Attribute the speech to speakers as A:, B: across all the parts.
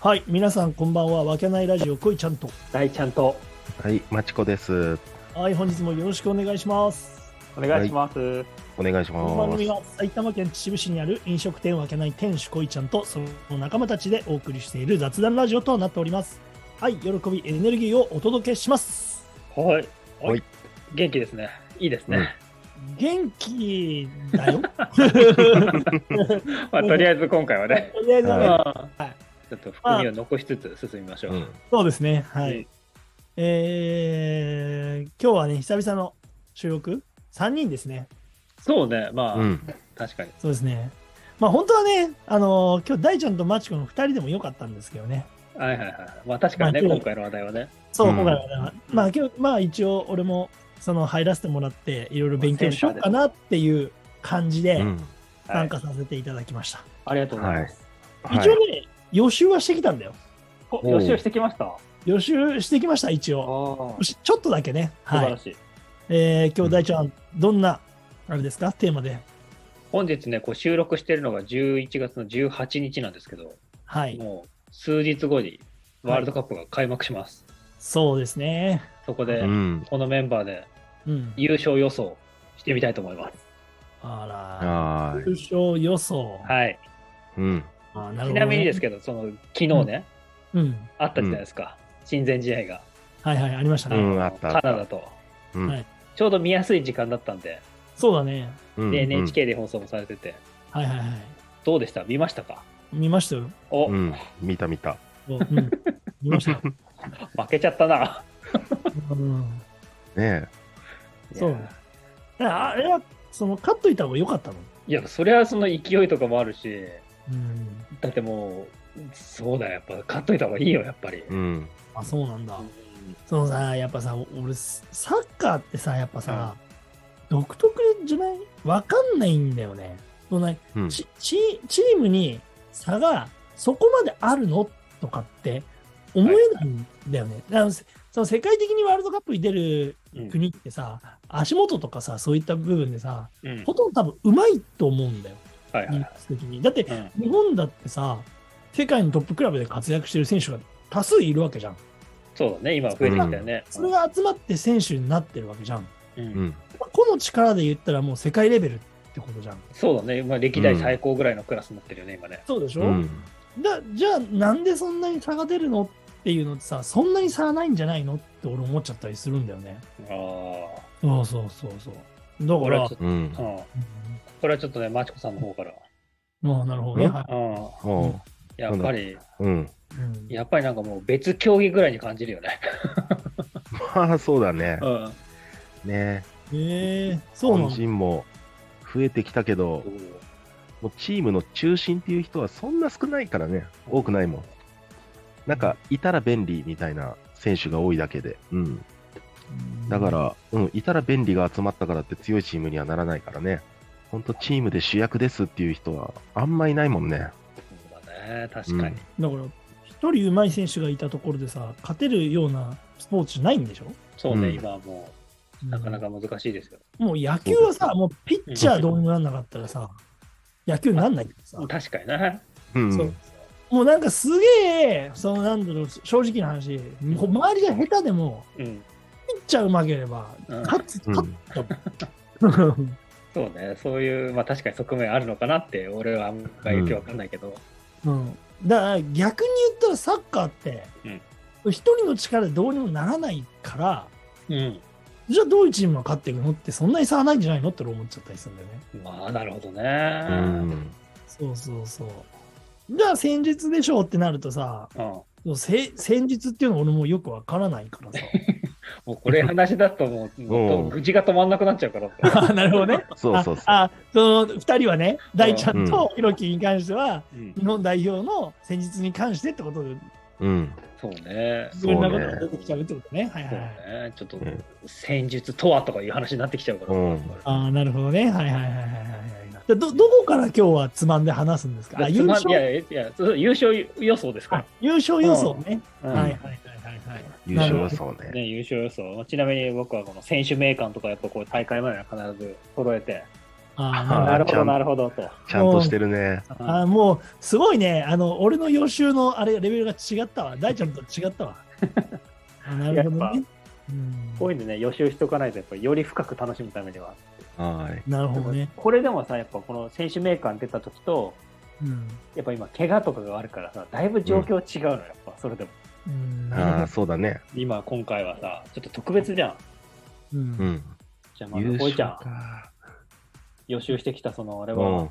A: はい、皆さんこんばんは。わけないラジオ、こいちゃんと。
B: 大ちゃんと
C: はい、まちこです。
A: はい、本日もよろしくお願いします。
B: お願いします。
C: お願いし
A: この番
C: ま
A: 組
C: す。
A: は埼玉県秩父市にある飲食店わけない店主こいちゃんとその仲間たちでお送りしている雑談ラジオとなっております。はい、喜び、エネルギーをお届けします。
B: はい。
C: はい
B: 元気ですね。いいですね。
A: 元気だ よ。
B: まあ、とりあえず今回はね。
A: とりあえずはね、
B: はい
A: い
B: ちょっと含みを残しつつ進みましょう。
C: うん
A: そうですね。は
B: う
A: い
B: ん。
A: えー、今日はね、久々の収録、3人ですね。
B: そうね、まあ、
C: うん、
B: 確かに。
A: そうですね。まあ本当はね、あのー今日大ちゃんとマチコの2人でもよかったんですけどね。
B: はいはいはい。まあ、確かにね、
A: まあ
B: 今回の話題はね。
A: そう、
C: うん
A: 今回はね、まあ今日、まあ一応俺もその入らせてもらって、いろいろ勉強しようかなっていう感じ
C: う
A: で
C: ん、
B: は
A: 参
B: い、
A: 加させていただきました。
B: ありがとうございます。
C: はい
A: 一応ね、予習はしてきたんだよ。
B: お予習してきました。あ
A: 予習してきました、一応。
B: あ、素
A: しちょっとだけね。は
B: 晴ら
A: い。
B: しい。
A: えー、今日大ちゃん、どんな、あれですか、テーマで。
B: 本日ね、こう収録してるのが11月の18日なんですけど、
A: はい。
B: もう数日後にワールドカップが開幕します。
A: そうですね。
B: そこで、
C: うん、
B: このメンバーで
A: うん。
B: 優勝予想してみたいと思います。
A: あ
C: は
A: ら、
C: ー
A: 優
C: い、
A: 勝予想。
B: はい。
C: うん、
A: あーなる
B: ち
A: ほどね
B: なみにですけど、その昨日ね、
A: うん。
B: あったじゃないですか、親善試合が、
A: はいはい、ありました
C: う
A: ね。
C: ん、あった、あ
B: カ
C: っ
B: ナ
C: た
B: ダと、
C: う
A: はい
C: ん
B: ちょうど見やすい時間だったんで、
A: そうだね。
C: うん、
B: で NHK で放送もされてて、
A: はいはいはい。
B: どうでした見ましたか
A: 見ましたよ。
B: お、
C: うん、うん、見た見た。
A: そううん、見ましたよ。
B: 負けちゃったな。
A: うん、
C: ね
A: そう
B: いや
A: だからあれは、その、勝っといた方が良かったの。
B: いや、それはその勢いとかもあるし、
A: うん。
B: だってもう、そうだよ、やっぱ勝っといた方がいいよ、やっぱり。
C: え、うん、
A: あ、そうなんだ。そのさ、やっぱさ、俺、サッカーってさ、やっぱさ、独特じゃないわかんないんだよね。そのね
C: うん、
A: ちチチームに差がそこまであるのとかって思えないんだよね。だからその世界的にワールドカップに出る
B: うん
A: 国ってさ、足元とかさ、そういった部分でさ、
B: うん
A: ほとんど多分うまいと思うんだよ、
B: はいはい
A: 技
B: はい
A: 術的に。だって、
B: うん
A: 日本だってさ、世界のトップクラブで活躍してる選手が多数いるわけじゃん。
B: そうだね、今増えてきたよね。
A: それが集まって選手になってるわけじゃん。
B: うんう
C: うんん、
A: 個の力で言ったらもう世界レベルってことじゃん。
B: そうだね、まあ、歴代最高ぐらいのクラスになってるよね、今ね。
A: そうでし
C: う
A: ょ、
C: ん、
A: だじゃあなんでそんなに差が出るのっていうのってさそんなに差ないんじゃないのって俺思っちゃったりするんだよね
B: ああ。
A: そうそうそうそうだか
B: 俺
A: ら
B: はちょっ
C: うん
B: と、う、んこれはちょっとね、まちこさんの方から。
A: うんああなるほどね、
C: うん
A: は
B: うん
C: お
B: やっぱり、
C: うん、
A: いうん
B: やっぱりなんかもう別競技ぐらいに感じるよね。
C: まあそうだね、
B: ん。
C: ね
A: えー、
C: え、
A: そうな
C: 本
A: の
C: 人も増えてきたけど、もうチームの中心っていう人はそんな少ないからね、多くないもん。なんか、いたら便利みたいな選手が多いだけで、うん、だから、うん、いたら便利が集まったからって強いチームにはならないからね。ほんとチームで主役ですっていう人はあんまいないもんね。
B: そうだね、確かに。
A: だから一人うまい選手がいたところでさ勝てるようなスポーツじゃないんでしょ
B: そうね、
C: うん
B: 今はもう、なかなか難しいですよ。
A: もう野球はさもうピッチャーどうにもなんなかったらさ野球になんないけどさ
B: 確かにね。
C: うん。
A: そうもうなんかすげえ、そのなんだろう、正直な話、こう周りが下手でも、
B: うん。
A: ピッチャーうまければ、
B: うん
A: 勝つ、
C: うん
A: 勝つ。
B: そうね、そういう、まあ確かに側面あるのかなって、俺はあんまりよくわかんないけど。
A: うん。だから逆に言ったらサッカーって
B: うん、
A: 一人の力でどうにもならないから、
B: うん。
A: じゃあどういうチームが勝っていくのって、そんなに差はないんじゃないのって俺思っちゃったりするんだよね。
B: まあ、なるほどね。
C: うん。
A: そうそうそう。じゃあ戦術でしょうってなるとさ、
B: うん。も
A: そうせ戦術っていうの俺もよくわからないからさ。
B: うこれ話だともう、もう愚痴が止まんなくなっちゃうからって。
A: あなるほどね。
C: そうそうそう。
A: ああその2人はね、大ちゃんとひろきに関しては、
B: うん
A: 日本代表の戦術に関してってことで、
C: うん。
B: そうね。
A: い
C: そう
A: ろ
C: ね
A: んなことが出てきちゃうってことね。はいは
B: そ
A: いうはい。
B: ね、ちょっと
C: うん
B: 戦術とはとかいう話になってきちゃうから、
C: うん
A: ああ、なるほどね。はいはいはいはいはいはい。じゃあどどこから今日はつまんで話すんですかあ
B: つ
A: 優
B: まんい
A: 勝
B: やいやいやそう優勝予想ですか
A: あ優勝予想ね。
B: ら、うん
A: はいはいはいはいはい。
C: 優勝は
A: なるほ
C: そうね。
B: ね、優勝予想ちなみに僕はこの選手名鑑とかやっぱこう大会までは必ず揃えて
A: あ
D: なるほ
C: ちゃ
D: ど、
C: ん
D: なるほどと。
C: ちゃんとしてるね。
A: ーあーもうすごいねあの俺の予習のあれレベルが違ったわ大ちゃんと違ったわあなるほど
D: や
A: ね、うん
D: こういうのね、予習しておかないと、やっぱりより深く楽しむためには。
C: はい。
A: なるほどね、
D: これでもさ、やっぱこの選手メーカーに出た時と、
A: うん
D: やっぱ今、怪我とかがあるからさ、だいぶ状況違うのよ、やっぱ、それでも。
A: うん
C: ああ、そうだね。
B: 今、今回はさ、ちょっと特別じゃん。
A: う
C: うんん。
D: じゃあ、まず、こいちゃん、
C: か。
D: 予習してきた、その、あれ
C: う
D: は
C: ん、。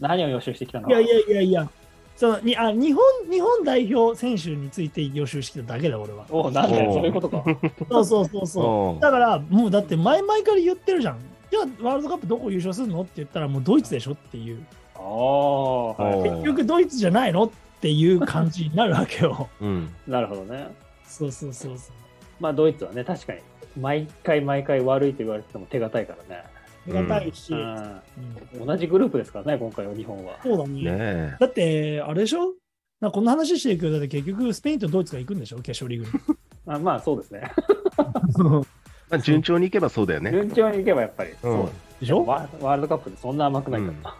D: 何を予習してきたの
A: いやいやいやいやそのにあ日本日本代表選手について予習してただけだ俺は
D: おお、なんだよ、
C: おう
D: そういうこと か。
A: そうそうそうそう
C: うん
A: だから、もうだって前々から言ってるじゃん。じゃあ、ワールドカップどこ優勝するのって言ったら、もうドイツでしょっていう。
D: ああ、は
C: お
A: 結局、ドイツじゃないのっていう感じになるわけよ。
C: うん。
D: い。なるほどね。
A: そうそうそうそう。
D: まあ、ドイツはね、確かに、毎回毎回悪いと言われてても手堅いからね。
A: ありがたいし、うん
D: う同じグループですからね、今回は日本は。
A: そうだね。
C: ねえ。
A: だって、あれでしょなんかこんな話していくよ。だって結局、スペインとドイツが行くんでしょ決勝リー
D: あまあ、そうですね。
A: グに。
C: まあ、順調にいけばそうだよね。
D: 順調にいけばやっぱり、
C: うん。
A: でし ょ
D: ワワールドカップでそんな甘くないから。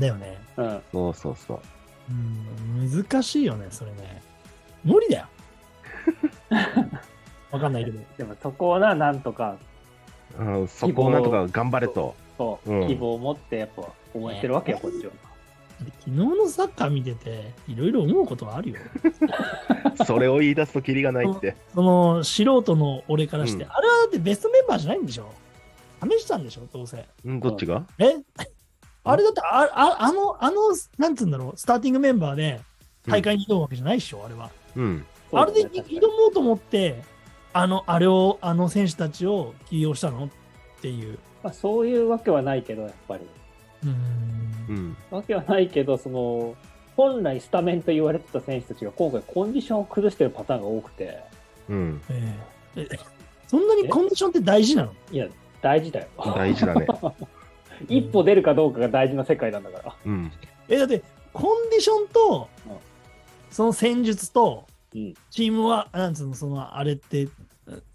A: だよね。
D: うん
C: そうそうそう。
A: うん、難しいよね、それね。無理だよ。わかんないけど。
D: でもそこをな、なんとか、
C: うん、そこをなんとか頑張れと。
D: そう、
C: うん
D: 希望を持って、やっぱ応援してるわけよ、こっちは。
A: 昨日のサッカー見てて、いろいろ思うことはあるよ。
C: それを言い出すとキリがないって。
A: その素人の俺からして、
C: うん
A: あれはだってベストメンバーじゃないんでしょ試したんでしょどうせ。
C: うん、どっちが
A: えあれだってああ、あの、あの、なんつうんだろう、スターティングメンバーで大会に挑むわけじゃないでしょ、あれは。
C: うん。
A: あれで
D: そうすね
A: 挑もうと思って、あの、あれを、あの選手たちを起用したのっていう。
D: まあ、そういうわけはないけど、やっぱり。
A: うー。
C: うんん。
D: わけはないけど、その、本来スタメンと言われてた選手たちが今回コンディションを崩してるパターンが多くて、
C: うん。
A: えええそんなにコンディションって大事なの
D: いや、大事だよ。
C: 大事だね。
D: 一歩出るかどうかが大事な世界なんだから。
C: うん。
A: え、だって、コンディションと
D: うん、
A: その戦術と
D: うん、
A: チームは、なんつうの、その、あれって、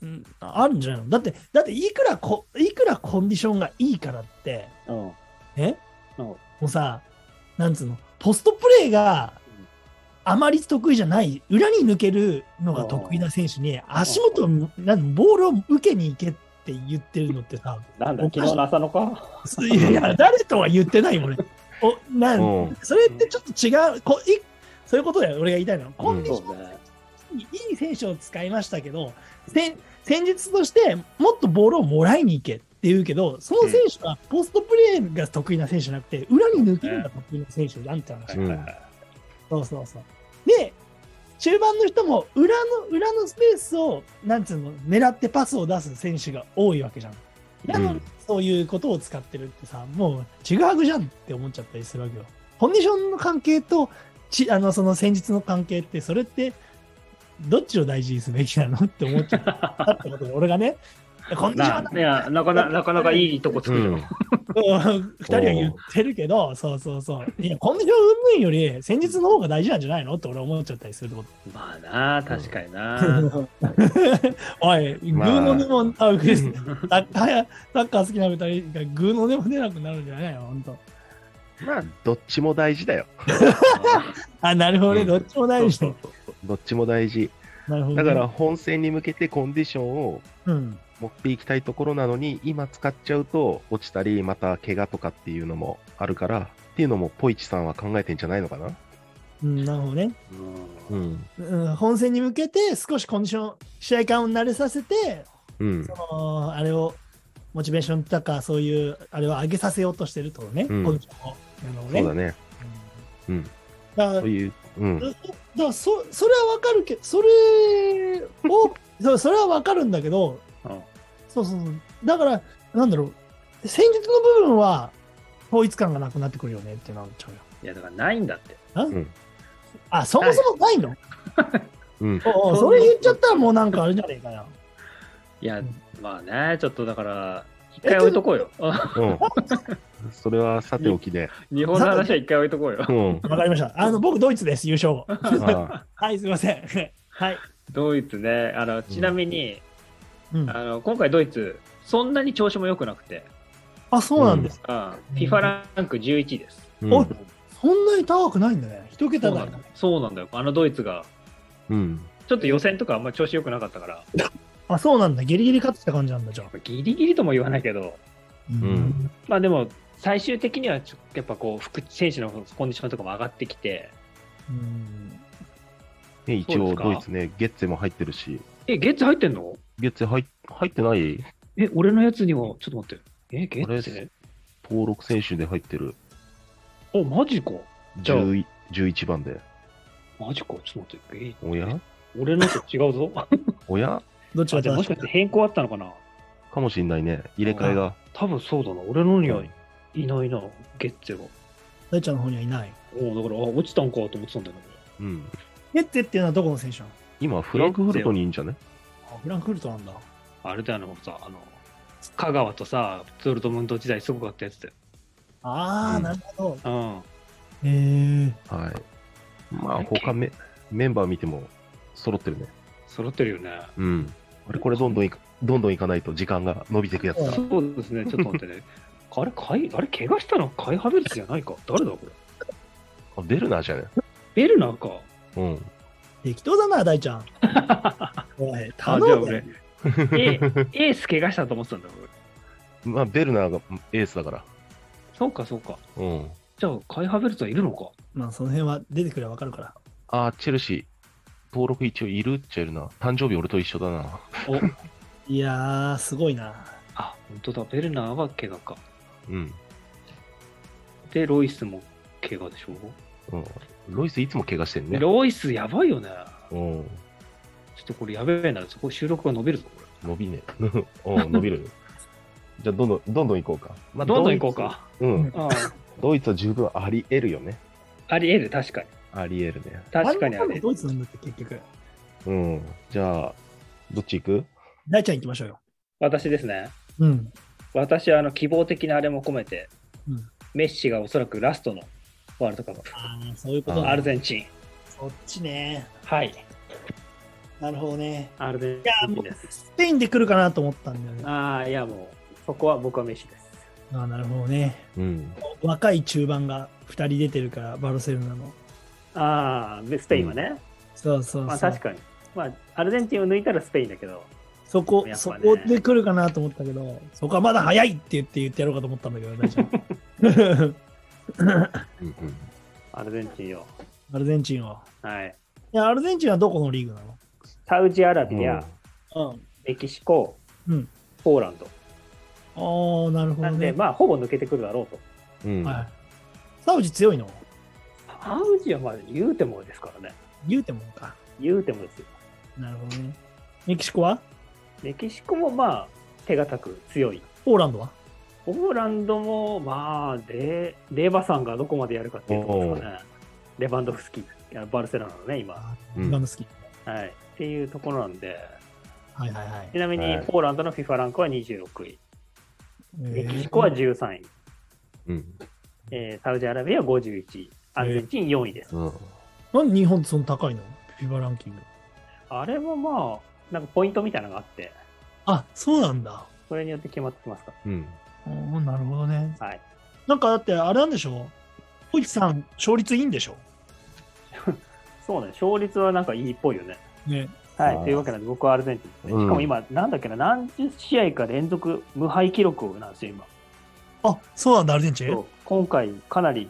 A: うんあるんじゃないのだって、だって、いくらこ、いくらコンディションがいいからって、
D: うん。
A: え
D: うん
A: もうさ、なんつうの、ポストプレーが
D: うん、
A: あまり得意じゃない、裏に抜けるのが得意な選手に、足元、なんボールを受けに行けって言ってるのってさ、
D: なんだ、
A: おかしい
D: 昨日の朝のか
A: す いや、誰とは言ってない、俺。おな
C: うんん。
A: それってちょっと違う、こいそういうことだよ、俺が言いたいのは。コンディ
D: そ
A: ショ
D: う
A: ン
D: ね。
A: にいい選手を使いましたけど、戦戦術としてもっとボールをもらいに行けっていうけど、その選手はポストプレーが得意な選手じゃなくて、裏に抜けるのが得意な選手じゃんって話。
C: うん
A: そうそうそう。で、中盤の人も裏の裏のスペースをなんつうの狙ってパスを出す選手が多いわけじゃん。なのに、
C: うん
A: そういうことを使ってるってさ、もうちぐはぐじゃんって思っちゃったりするわけよ。コンディションの関係とちあのその戦術の関係って、それってどっちを大事にすべきなのって思っちゃ ったってことで、俺がね、コンディション
B: なねなかななかなかいいとこつ
C: う
B: くじゃん。
C: ん。
A: 2人は言ってるけど、そうそうそう。いや、コンディション云々より戦術の方が大事なんじゃないのって俺は思っちゃったりするってこと。
B: まあなあ、確かにな。
A: おい、グ
C: まあ
A: ーの根も、あ、グーサッカーや、サッカー好きな二人がグーの根も出なくなるんじゃないの本当。
C: まあ、どっちも大事だよ。
A: あ、なるほどね、
C: うん
A: どっちもないし。
C: どっちも大事。
A: なるほど、ね。
C: だから、本戦に向けてコンディションを
A: うん。
C: 持っていきたいところなのに、今使っちゃうと落ちたり、また怪我とかっていうのもあるから、っていうのもポイチさんは考えてんじゃないのかな
A: うん、なるほどね。
D: うん
C: うん。
A: うん、本戦に向けて少しコンディション、試合感を慣れさせて、
C: うん。
A: そのあれを、モチベーションとか、そういう、あれを上げさせようとしてるってことね、
C: うん
A: コンディションを。なるほどね。
C: そうだね。うん。
A: だから
C: そういう、うん。
A: だからそそれはわかるけどそれをそうそれはわかるんだけど、
B: うん
A: そうそうそうだからなんだろう戦術の部分は統一感がなくなってくるよねってなっちゃうよ
B: いや、だからないんだって。
A: あそもそもないの、
C: うん。
A: おうおうそれ言っちゃったらもうなんかあれじゃねえかよ
B: いや
A: うん、
B: まあね、ちょっとだから、一回置いとこうよ。
C: うん。それはさておきで。
B: 日本の話は一回置いとこうよ
C: う。 ん。
A: わかりましたあの僕ドイツです優勝
C: あ
A: はいすいません はい、
B: ドイツね、あのちなみに、
A: うん、
B: あの今回ドイツ、そんなに調子も良くなくて、
A: あ、そうなんです。
B: あ
A: うん
B: FIFA ランク11位です。
C: う
A: お
C: ん。
A: そんなに高くないんだね。一
B: そ
A: 桁
B: うな
A: 台
B: んだ。そうなんだよ。あのドイツが、
C: うん。
B: ちょっと予選とかあんまり調子良くなかったから、
A: あ、そうなんだ。ギリギリ勝ってた感じなんだ、じゃあ。
B: ギリギリとも言わないけど、
A: うん
C: ん
B: まあでも、最終的にはちょやっぱこう、副選手のコンディションとかも上がってきて、
A: うん
C: ね、一
B: そうで
C: 応、
B: すか
C: ドイツね、ゲッツェも入ってるし、
B: え、ゲッツ入ってんの
C: ゲッツェ入っ入ってない
B: え、俺のやつには、ちょっと待って。え、ゲ
C: あれ
B: ッツ
C: 登録選手で入ってる
B: お、マジか。じゃあ
C: 10 11番で。
B: マジか。ちょっと待って。え
C: おや
B: 俺のと違うぞ。
C: おや
A: どっち
B: あ
A: が
B: じゃあ
A: 正
B: も
A: し
B: し
A: い
B: かして変更あったのかな
C: かもしんないね。入れ替えが。
B: 多分そうだな。俺のには
C: はい
B: いないな、ゲッツェが。
A: 大ちゃんの方にはいない。
B: おうだから、あ、落ちたんかと思ってたんだけど。
C: うん。
A: ゲッツェっていうのはどこの選手なの
C: 今、フランクフルトにいいんじゃね
A: あフランクフルトなんだ。
B: あれだよ、あのさ、あの、香川とさ、ツールドムント時代すごかったやつだよ。
A: ああ、
C: うん
A: なるほど。
B: うん。
A: へえ。
C: はい。まあ、他メメンバー見ても揃ってるね。
B: 揃ってるよね。
C: うん。あれ、これどんどんいか、どんどんいかないと時間が伸びていくやつだ。
B: そうですね、ちょっと待って ね。あれ、かいあれ怪我したのカイハベルツじゃないか。誰だ、これ。
C: あベルナーじゃね
B: ベルナーか。
C: うん。
A: 適当だな、大ちゃ ん。おい、
B: あ、
A: 頼
B: じゃあ
A: む
B: 俺
A: よ。、
B: エエース怪我したと思ってたんだ、俺。
C: まあ、ベルナーがエースだから。
B: そうか、そうか。
C: うん。
B: じゃあ、カイハベルツはいるのか。
A: まあ、その辺は出てくればわかるから。
C: あー、チェルシー。登録一応いるっちゃいるな。誕生日俺と一緒だな。
B: お、
A: いやー、すごいな。
B: あ、本当だ、ベルナーは怪我か。
C: うん。
B: で、ロイスも怪我でしょ。
C: うん。ロイスいつも怪我してんね。
B: ロイスやばいよね。
C: うん。
B: ちょっとこれやべえな、そこ収録が伸びるぞ、これ。
C: 伸びね。 うん、伸びる。じゃあ、どんどん、どんどん行こうか。まあ
B: どんどん行こう。か。
C: ドイツうん。
B: あ
C: ドイツは十分あり得るよね。
B: あり得る、確かに。
C: あり得るね。
B: 確かに
A: あ
B: あ
A: れ
B: り
A: もドイ
B: 得る。
A: ツなんだって、結局。
C: うん。じゃあ、どっち行く
A: 大ちゃん行きましょうよ。
B: 私ですね。
A: うん。
B: 私はあの希望的なあれも込めて、
A: うん
B: メッシがおそらくラストのワールドカップ、
A: ああ、そういうこと
C: うん
B: ア
A: だ
B: ル。ゼンチン。
A: そっちね。
B: はい。
A: なるほどね。
B: アルゼン
A: いやー、
B: チ
A: も
B: ン
A: う
B: です。
A: スペインで来るかなと思ったんだよね。
B: ああ、いやもう、そこは僕はメッシです。
A: ああ、なるほどね。
C: うん。
A: 若い中盤が2人出てるから、バルセロナの。
B: ああ、でスペインはね。
A: そうそうそう。
B: まあ確かに。まあ、アルゼンチンを抜いたらスペインだけど、
A: そこ、
B: やっ
A: そ
B: ぱね
A: こで来るかなと思ったけど、そこはまだ早いって言って言ってやろうかと思ったんだけど、大ちゃ ん。
C: うんうん。
B: アルゼンチンよ。
A: アルゼンチンは。
B: はい。
A: いや、アルゼンチンはどこのリーグな
B: サウジアラビア、
A: の
B: メキシコ、
A: うん
B: ポーランド。
A: うん。ああ、なるほ
B: な
A: ど
B: んで、
A: ね。
B: まあ、ほぼ抜けてくるだろうと。
C: うん。
A: はい、サウジ強いの
B: サウジはまあ、言うてもですからね。
A: 言うてもか。
B: 言うてもですよ。
A: なるほどね。メキシコは
B: メキシコもまあ、手堅く強い。
A: ポーランドは
B: ポーランドも、まあ、レレバさんがどこまでやるかっていうところですかね。レバンドフスキー、あバルセロナのね、今。
A: あ
C: うん
A: ガムスキー。
B: はい。っていうところなんで、
A: はいはいはい
B: ち。なみに
C: はい
B: ポーランドの FIFA ランクは26位、
A: え
B: メ
A: ー
B: キシコは13位、
C: うん。
B: えーサウジアラビアは51位、アルゼンチン4位です。
C: うん。
A: なんで日本ってそんな高いのフィバランキング。
B: あれもまあ、なんかポイントみたいなのがあって、
A: あ、そうなんだ。
B: それによって決まってきますか
C: うん。
A: おーなるほどね。
B: ら。はい。
A: なんかだってあれなんでしょ小市さん、勝率いいんでしょ
B: そうね、勝率はなんかいいっぽいよね。
A: ね。
B: は
C: あー
B: い。というわけなんで、僕はアルゼンチンですね。
C: うん
B: しかも今、なんだっけな、何十試合か連続無敗記録なんですよ、今。
A: あ、そうなんだ、アルゼンチ
B: そ
A: ン
B: う。今回、かなり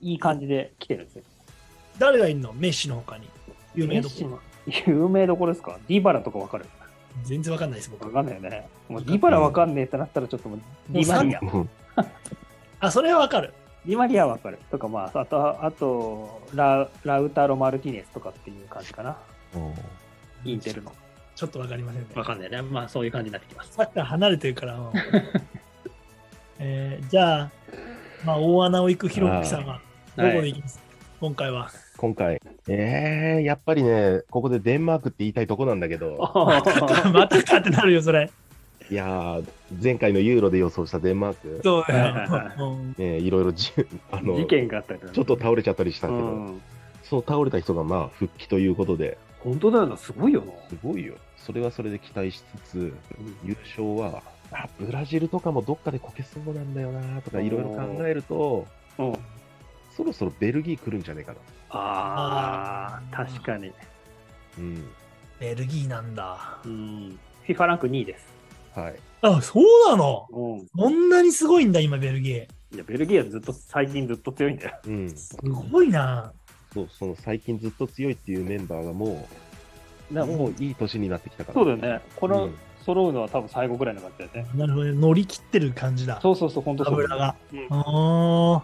B: いい感じで来てるんですよ。
A: 誰がいるのメッシの他に。有名どこ
B: メッシの有名どころですかディバラとかわかる
A: 全然わかんないです、僕
B: わ。かんないよね。もうディバラわかんねえってなったら、ちょっともう、ディマリア。
C: うん
A: あ、それはわかる。
B: ディマリアはわかる。とか、まあ、あと、あとララウタロ・マルティネスとかっていう感じかな。インテルの。
A: ちょっとわかりませんね。
B: かんないね。まあ、そういう感じになってき ます。
A: サッカー離れてるから。 もうえーじゃあ、まあ、大穴を行くひろゆきさんは、どこで行きます、今回は。
C: 今回。えー、やっぱりね、ここでデンマークって言いたいとこなんだけど、
A: またかってなるよ、それ。
C: いやー、前回のユーロで予想したデンマーク、
A: そう
B: はいはいはい
A: うん
C: ね、いろいろじゅあの
B: 事
C: ち
B: 件があったりち
C: ょっと倒れちゃったりした
B: う
C: けど、
B: ん。
C: その倒れた人がまあ復帰ということで、
B: 本当だよな、すごいよな。
C: すごいよ。それはそれで期待しつつ、優勝はあブラジルとかもどっかでこけそうなんだよなとかいろいろ考えると、
E: うん。あ
C: そろそろベルギー来るんじゃねえかな。
E: あー、確かに。
C: うん。
A: ベルギーなんだ。
E: うん。FIFA ランク2位です。
C: はい。
A: あ、そうなの
E: うん。
A: こんなにすごいんだ、今、ベルギー。
E: いや、ベルギーはずっと、最近ずっと強いんだよ。
C: うん。
A: すごいな。
C: そう、その最近ずっと強いっていうメンバーがもう、なもういい年になってきたから。
E: そうだよね。この、
C: うん
E: 揃うのは多分最後ぐらいの感じだよね。
A: なるほどね。乗り切ってる感じだ。
E: そうそうそう、本当そう。
A: 油が。
E: うん
A: あ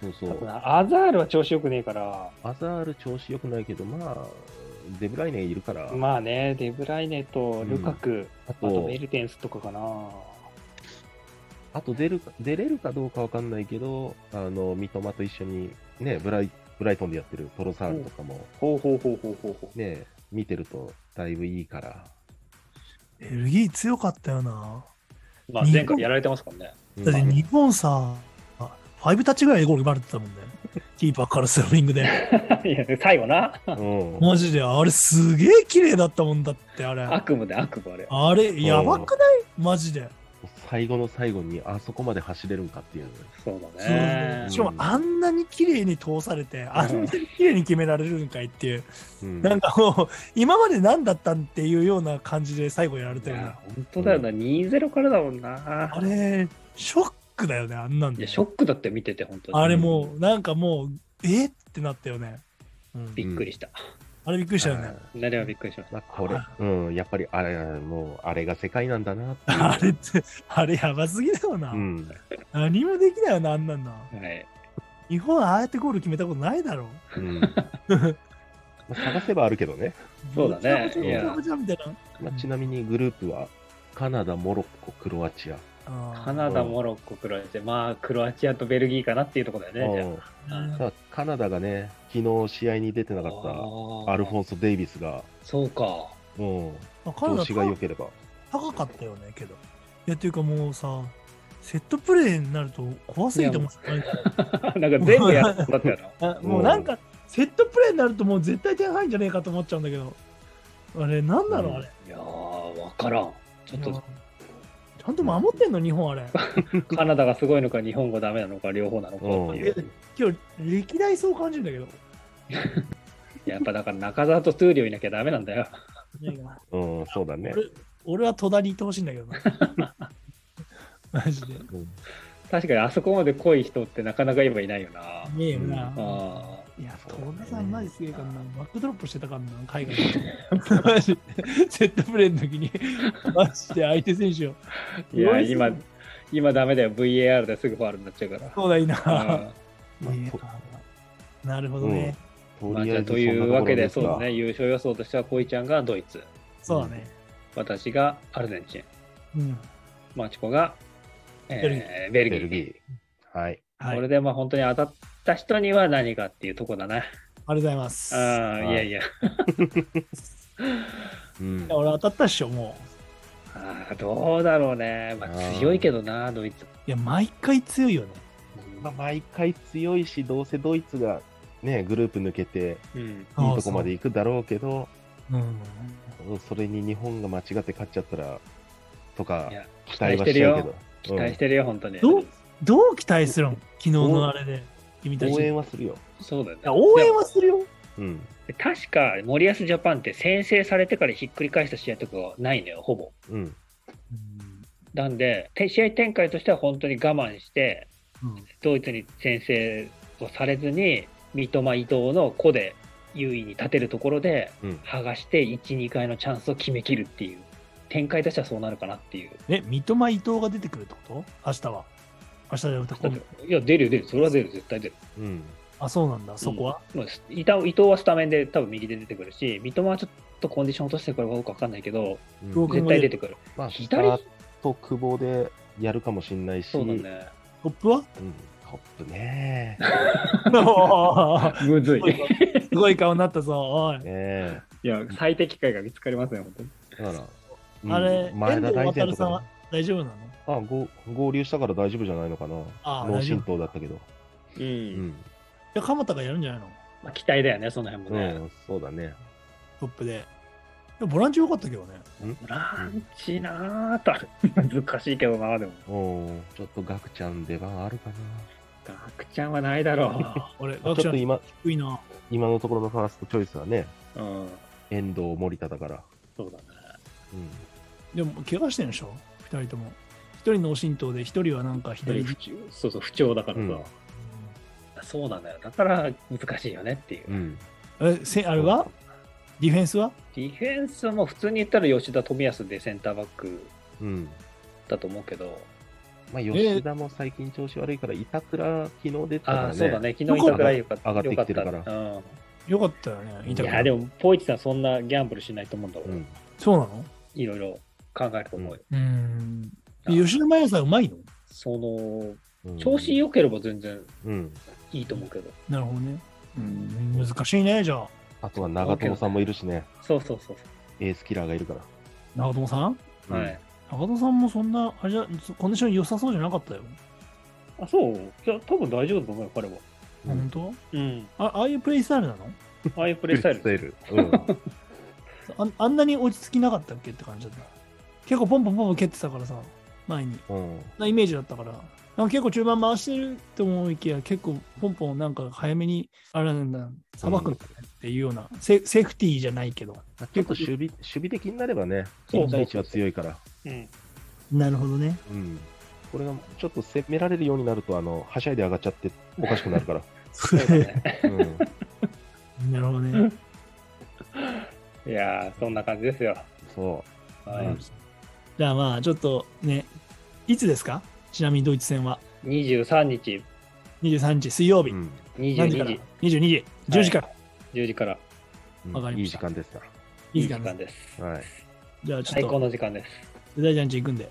A: ー
C: そうそ
E: 多
C: う
E: 分。アザールは調子よくねえから、
C: アザール調子良くないけど、まあ、デブライネいるから、
E: まあね、デブライネとルカク、
C: あ
E: あと
C: と
E: メ、ルテンスとかかな。
C: あと出るか出れるかどうかわかんないけど、あの、三笘と一緒に、ね、ブライ、ブライトンでやってるトロサールとかも、
E: ほうほうほうほうほうほう。
C: ね、見てると、だいぶいいから。
A: ベルギー強かったよな。
B: まあ、前回やられてますからね。
C: うん
A: だって日本さ、ファイブタッチぐらいでゴール奪われてたもんね。キーパーからスローリングで。
B: いや、最後な。
C: うん
A: マジで、あれすげえ綺麗だったもんだって、あれ。
B: 悪夢で悪夢あれ。
A: あれ、やばくないマジで。
C: 最後の最後に、あそこまで走れるんかっていうね。
B: そうだ
A: そう
B: ね。
A: しかもあんなに綺麗に通されて、あんなに綺麗に決められるんかいっていう、
C: うん
A: なんかもう、今まで何だったんっていうような感じで最後やられ
B: い
A: たよね
B: や。、本当だよな。2-0からだもん
A: あ
B: な。
A: れ、ショックだよね、あんなん
B: い
A: で
B: や、。ショックだって見てて、本当に。
A: あれもう、なんかもう、えってなったよね。うん
B: びっくりした。
A: あれびっくりしたよね。
B: 誰もびっくりしました。
C: まあ、これ、うん、やっぱりあれ、もう、あれが世界なんだなっていう
A: あれって、あれやばすぎだよな。
C: うん、
A: 何もできないよな、あんなんな。
B: はい。
A: 日本はああやってゴール決めたことないだろ。
C: うん。まあ探せばあるけどね。
B: そうだね
A: ごちゃごちゃごちゃごちゃみたいな。
C: まあ、ちなみにグループは、カナダ、モロッコ、クロアチア。
A: あー
B: カナダ、モロッコ、クロアチア。まあ、クロアチアとベルギーかなっていうところだよね。
C: うん
B: じゃあ
C: ただカナダがね、昨日試合に出てなかっ
B: あ
C: た
B: あ
C: アルフォンソ・デイビスが、
B: そうか。
C: もう、
A: あカナ
C: 調
A: ダ
C: 子が良ければ。
A: 高かったよね、けど。いや、っていうかもうさ、セットプレーになると怖すぎても
B: なんか全部やったったよ
A: あ
B: な。
A: もうなんか、セットプレーになるともう絶対点入んじゃねえかと思っちゃうんだけど。あれ、なんだろう、あれ。
B: いやー、わからん。ちょっ
A: いや
B: と
A: ちゃんと守ってんの、日本あれ。
B: カナダがすごいのか、日本語ダメなのか、両方なのかっていう。
A: 今日、歴代そう感じるんだけ ど。
B: やっぱだから中澤とトゥーリオいなきゃダメなんだよ。
A: 何が
C: うん、そうだね。
A: 俺俺は戸田にいてほしいんだけどな。 マジで。ね
C: うん
B: 確かにあそこまで濃い人ってなかなか今いないよな。あ
A: えよな。
B: あ
A: いや、
C: そ
A: 戸
C: うだね
A: 田さん、マジすげえからな。バックドロップしてたからな、海外で。マジでセットプレーの 時に、マジで相手選手を。
B: いや、
A: 弱すぎ
B: 今
A: る、
B: 今ダメだよ。VAR ですぐファールになっちゃうから。
A: そうだ、いいな。
B: あ
C: まあ
A: いい
C: と
A: ななるほどね。
B: あ
C: と
B: まあ、じ
C: りあ
B: ゃ
C: え
B: あ
C: ず
B: というわけで、
C: そ
B: そ
C: ん
B: う
C: な
B: だ
C: ところ
B: ね、優勝予想としては、こいちゃんがドイツ、
A: そうだね。
B: 私がアルゼンチン、
A: うん。
B: マチコが、えーベルギ
C: ベ
B: ー。
C: ルギー。はい。
A: はい。あり
B: これ
A: が
B: でまあ本当に当たった人には何かっていうとこだ
A: と
B: な。
A: うございます。
B: ああ、いやいや。
C: うん
A: いや。俺当たったっしょ、も
B: ああ、どうだろうね。まあ
C: あー
B: 強いけどな、ドイツ。
A: う。いや、毎回強いよね。
C: まあ、毎回強いし、どうせドイツが、ね、グループ抜けて、
B: うん。
C: いいとこまで行くだろうけど、
A: うん。
C: うんそれに日本が間違って勝っちゃったら、とか
B: いや、
C: 期待はしちゃうけど。
B: 期待してるよ、本当に。
A: どうどう期待するん昨日のあれで、君た
C: うん
A: ち。
C: 応
A: い
C: 援はするよ。
B: そうだよね。
A: や応援はするよ。
C: うん。
B: でも確か、森保ジャパンって先制されてからひっくり返した試合とかはないのよ、ほぼ。
C: うん。
B: なんで、て試合展開としては本当に我慢して、
A: うん
B: ドイツに先制をされずに、三笘、伊藤の個で優位に立てるところで、
C: うん
B: 剥がして1、2回のチャンスを決めきるっていう、展開としてはそうなるかなっていう。
A: え、三笘、伊藤が出てくるってこと明日は。明日じゃなくて
B: だ
A: 今
B: っ
A: 度。
B: ていや、出るよ出る、それは出る、絶対出る。
C: うん。
A: あ、そうなんだ、そこは。
B: まあす伊藤伊藤はスタメンで多分右で出てくるし、三笘はちょっとコンディション落としてくるかどうか分かんないけど、
A: どう僕かも
B: 絶対出てくる。
C: まあ、スタ
B: 左
C: ーと久保でやるかもしれないし、
B: そうだね。
A: トップは
C: うんトップね。
A: おー
B: むず
A: すごい。顔すごい顔になったぞ、おい
C: ね。え
B: いや、最適解が見つかりますね、本当に。
C: だから、うん
A: あれ、
C: 前田大然と
A: さんは
C: か、
A: 大丈夫なの
C: あ合合流したから大丈夫じゃないのかな。
A: ああ、
C: 脳
A: 大丈夫。
C: 震
A: い
C: 盪だったけど。
B: う。
C: うんん。
A: や、鎌田がやるんじゃないの
B: まあ、期待だよね、その辺
C: う
B: もね。
C: ん、そうだね。
A: トップで。でもボランチ良かったけどね。
B: ランチなーとあ る。難しいけどな、でも。
C: おーちょっとガクちゃん出番あるか
B: ガクちゃんはないだろ
A: 俺、
C: な。
A: 学
C: ち
A: 者
C: ょっと今、
A: 低いな。
C: 今のところのファーストチョイスはね、
B: う。うん。
C: 遠藤森田だから。
B: そうだね。
C: う
A: で
C: ん。
A: も、怪我してんでしょ二人とも。一人脳震盪で、一人はなんか
B: 一人
A: 左
B: 不調そうそう、不調だからさ。
C: うん
B: そうなんだよ。だから難しいよねっていう。
C: うん。
A: え、せあれはディフェンスは
B: ディフェンスも普通に言ったら吉田、冨安でセンターバック
C: うん。
B: だと思うけど、
C: まあ、吉田も最近調子悪いから、板倉、昨日出てたか
B: あ
C: ら
B: あ、
C: ね。
B: そうだね、昨日板倉良かった。
C: 上がってきてるから
B: 良ったね
A: よかったよね。
B: う
A: い
B: ん、
A: た
B: い
A: けど
B: や、でも、ポイチさん、そんなギャンブルしないと思うんだ、
C: う
B: 俺、
C: ん。
A: そうなの
B: いろいろ考えると思うよ。
A: うーん。
B: あー
A: 吉田麻也さんうまいの
B: その、
C: うん
B: 調子良ければ全然
C: うん。
B: いいと思うけど、
A: なるほどね。うん、難しいね、じゃあ。
C: あとは長友さんもいるしね、
B: そうそうそうそ
C: エースキラーがいるから。
A: 長友さん
B: う、
C: うん
B: はい。。
A: 長友さんもそんな、あれじゃ、コンディション良さそうじゃなかったよ。
B: あ、そういや、多分大丈夫だと思うよ、彼は。
C: う
A: 本
C: ん
A: 当
B: うん。
A: あああいうプレイスタイルなの
B: ああいうプレースタイル。
C: ル。うん。
A: ああんなに落ち着きなかったっけって感じだった。結構ポンポンポンポン蹴ってたからさ、前に。
C: うん。
A: なイメージだったから。なんか結構中盤回してると思いきや、結構ポンポンなんか早めに、あれなんだ、さばくんだねっていうような、セセーフティーじゃないけど。
C: ちょっと守備、守備的になればね、
B: そう
C: 1対1は強いから。
B: うん。
A: なるほど ね。
C: うん。これがちょっと攻められるようになると、あの、はしゃいで上がっちゃっておかしくな るから。
B: そうだ ね。
C: うん。
A: なるほどね。
B: いやー、そんな感じですよ。
C: そ
B: はい
C: うん
A: じゃあまあ、ちょっとね、いつですかちなみにドイツ戦は。
B: 23日、
A: 23日水曜
C: う。
A: 日。
C: うん。
B: 22
A: 何時から
B: 時、
A: ?22 時。10時から。
B: 10時から、
C: うん
A: わかり
C: い
A: ま
C: い
A: し
C: 時
A: た
C: 間ですない
B: い
A: い時
B: い時
A: 間だ
B: 間です。
C: はい。
A: じゃあち
B: 最
A: ょっ
B: 高
A: と、
B: の時間です。
A: 大ジャンチ行くんで。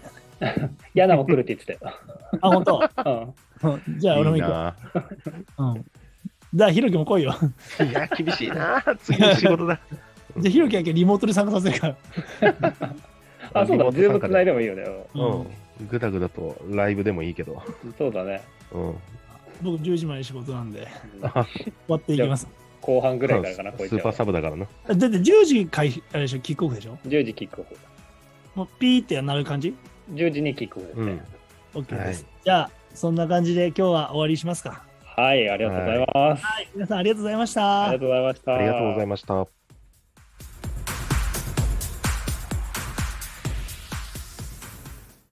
B: 嫌なもん来るって言ってた
A: あ、本当。
B: よ。
A: うんじゃあ俺も
C: いい
A: 行くわ。
C: な
A: うん。じゃあ、ひろきも来いよ。。
C: いや、厳しいな次の 仕事だ
A: じゃあ、ひろきだけリモートで参加させるから。
B: うんあ、そうだ、ズーム繋いで
C: で。
B: もいいよね。
C: うん。ぐだぐだとライブでもいいけど。
B: そうだね。
C: うん。
A: 僕10時まで仕事なんで、終わっていきます。
B: 後半 ぐらいからかな、
C: ス
B: こいつ
C: ーパー
B: は。
C: サブだからな。
A: だって10時開始、あれでしょ、キックオフでしょ。
B: 10時キックオフ。
A: もうピーってなる感じ
B: 10時にキックオフですね。
A: ?OK
C: は
A: で
C: い
A: す。じゃあ、そんな感じで今日は終わりしますか。
B: はい、ありがとうございます。
A: 皆さんありがとうございました。
B: ありがとうございました。
C: ありがとうございました。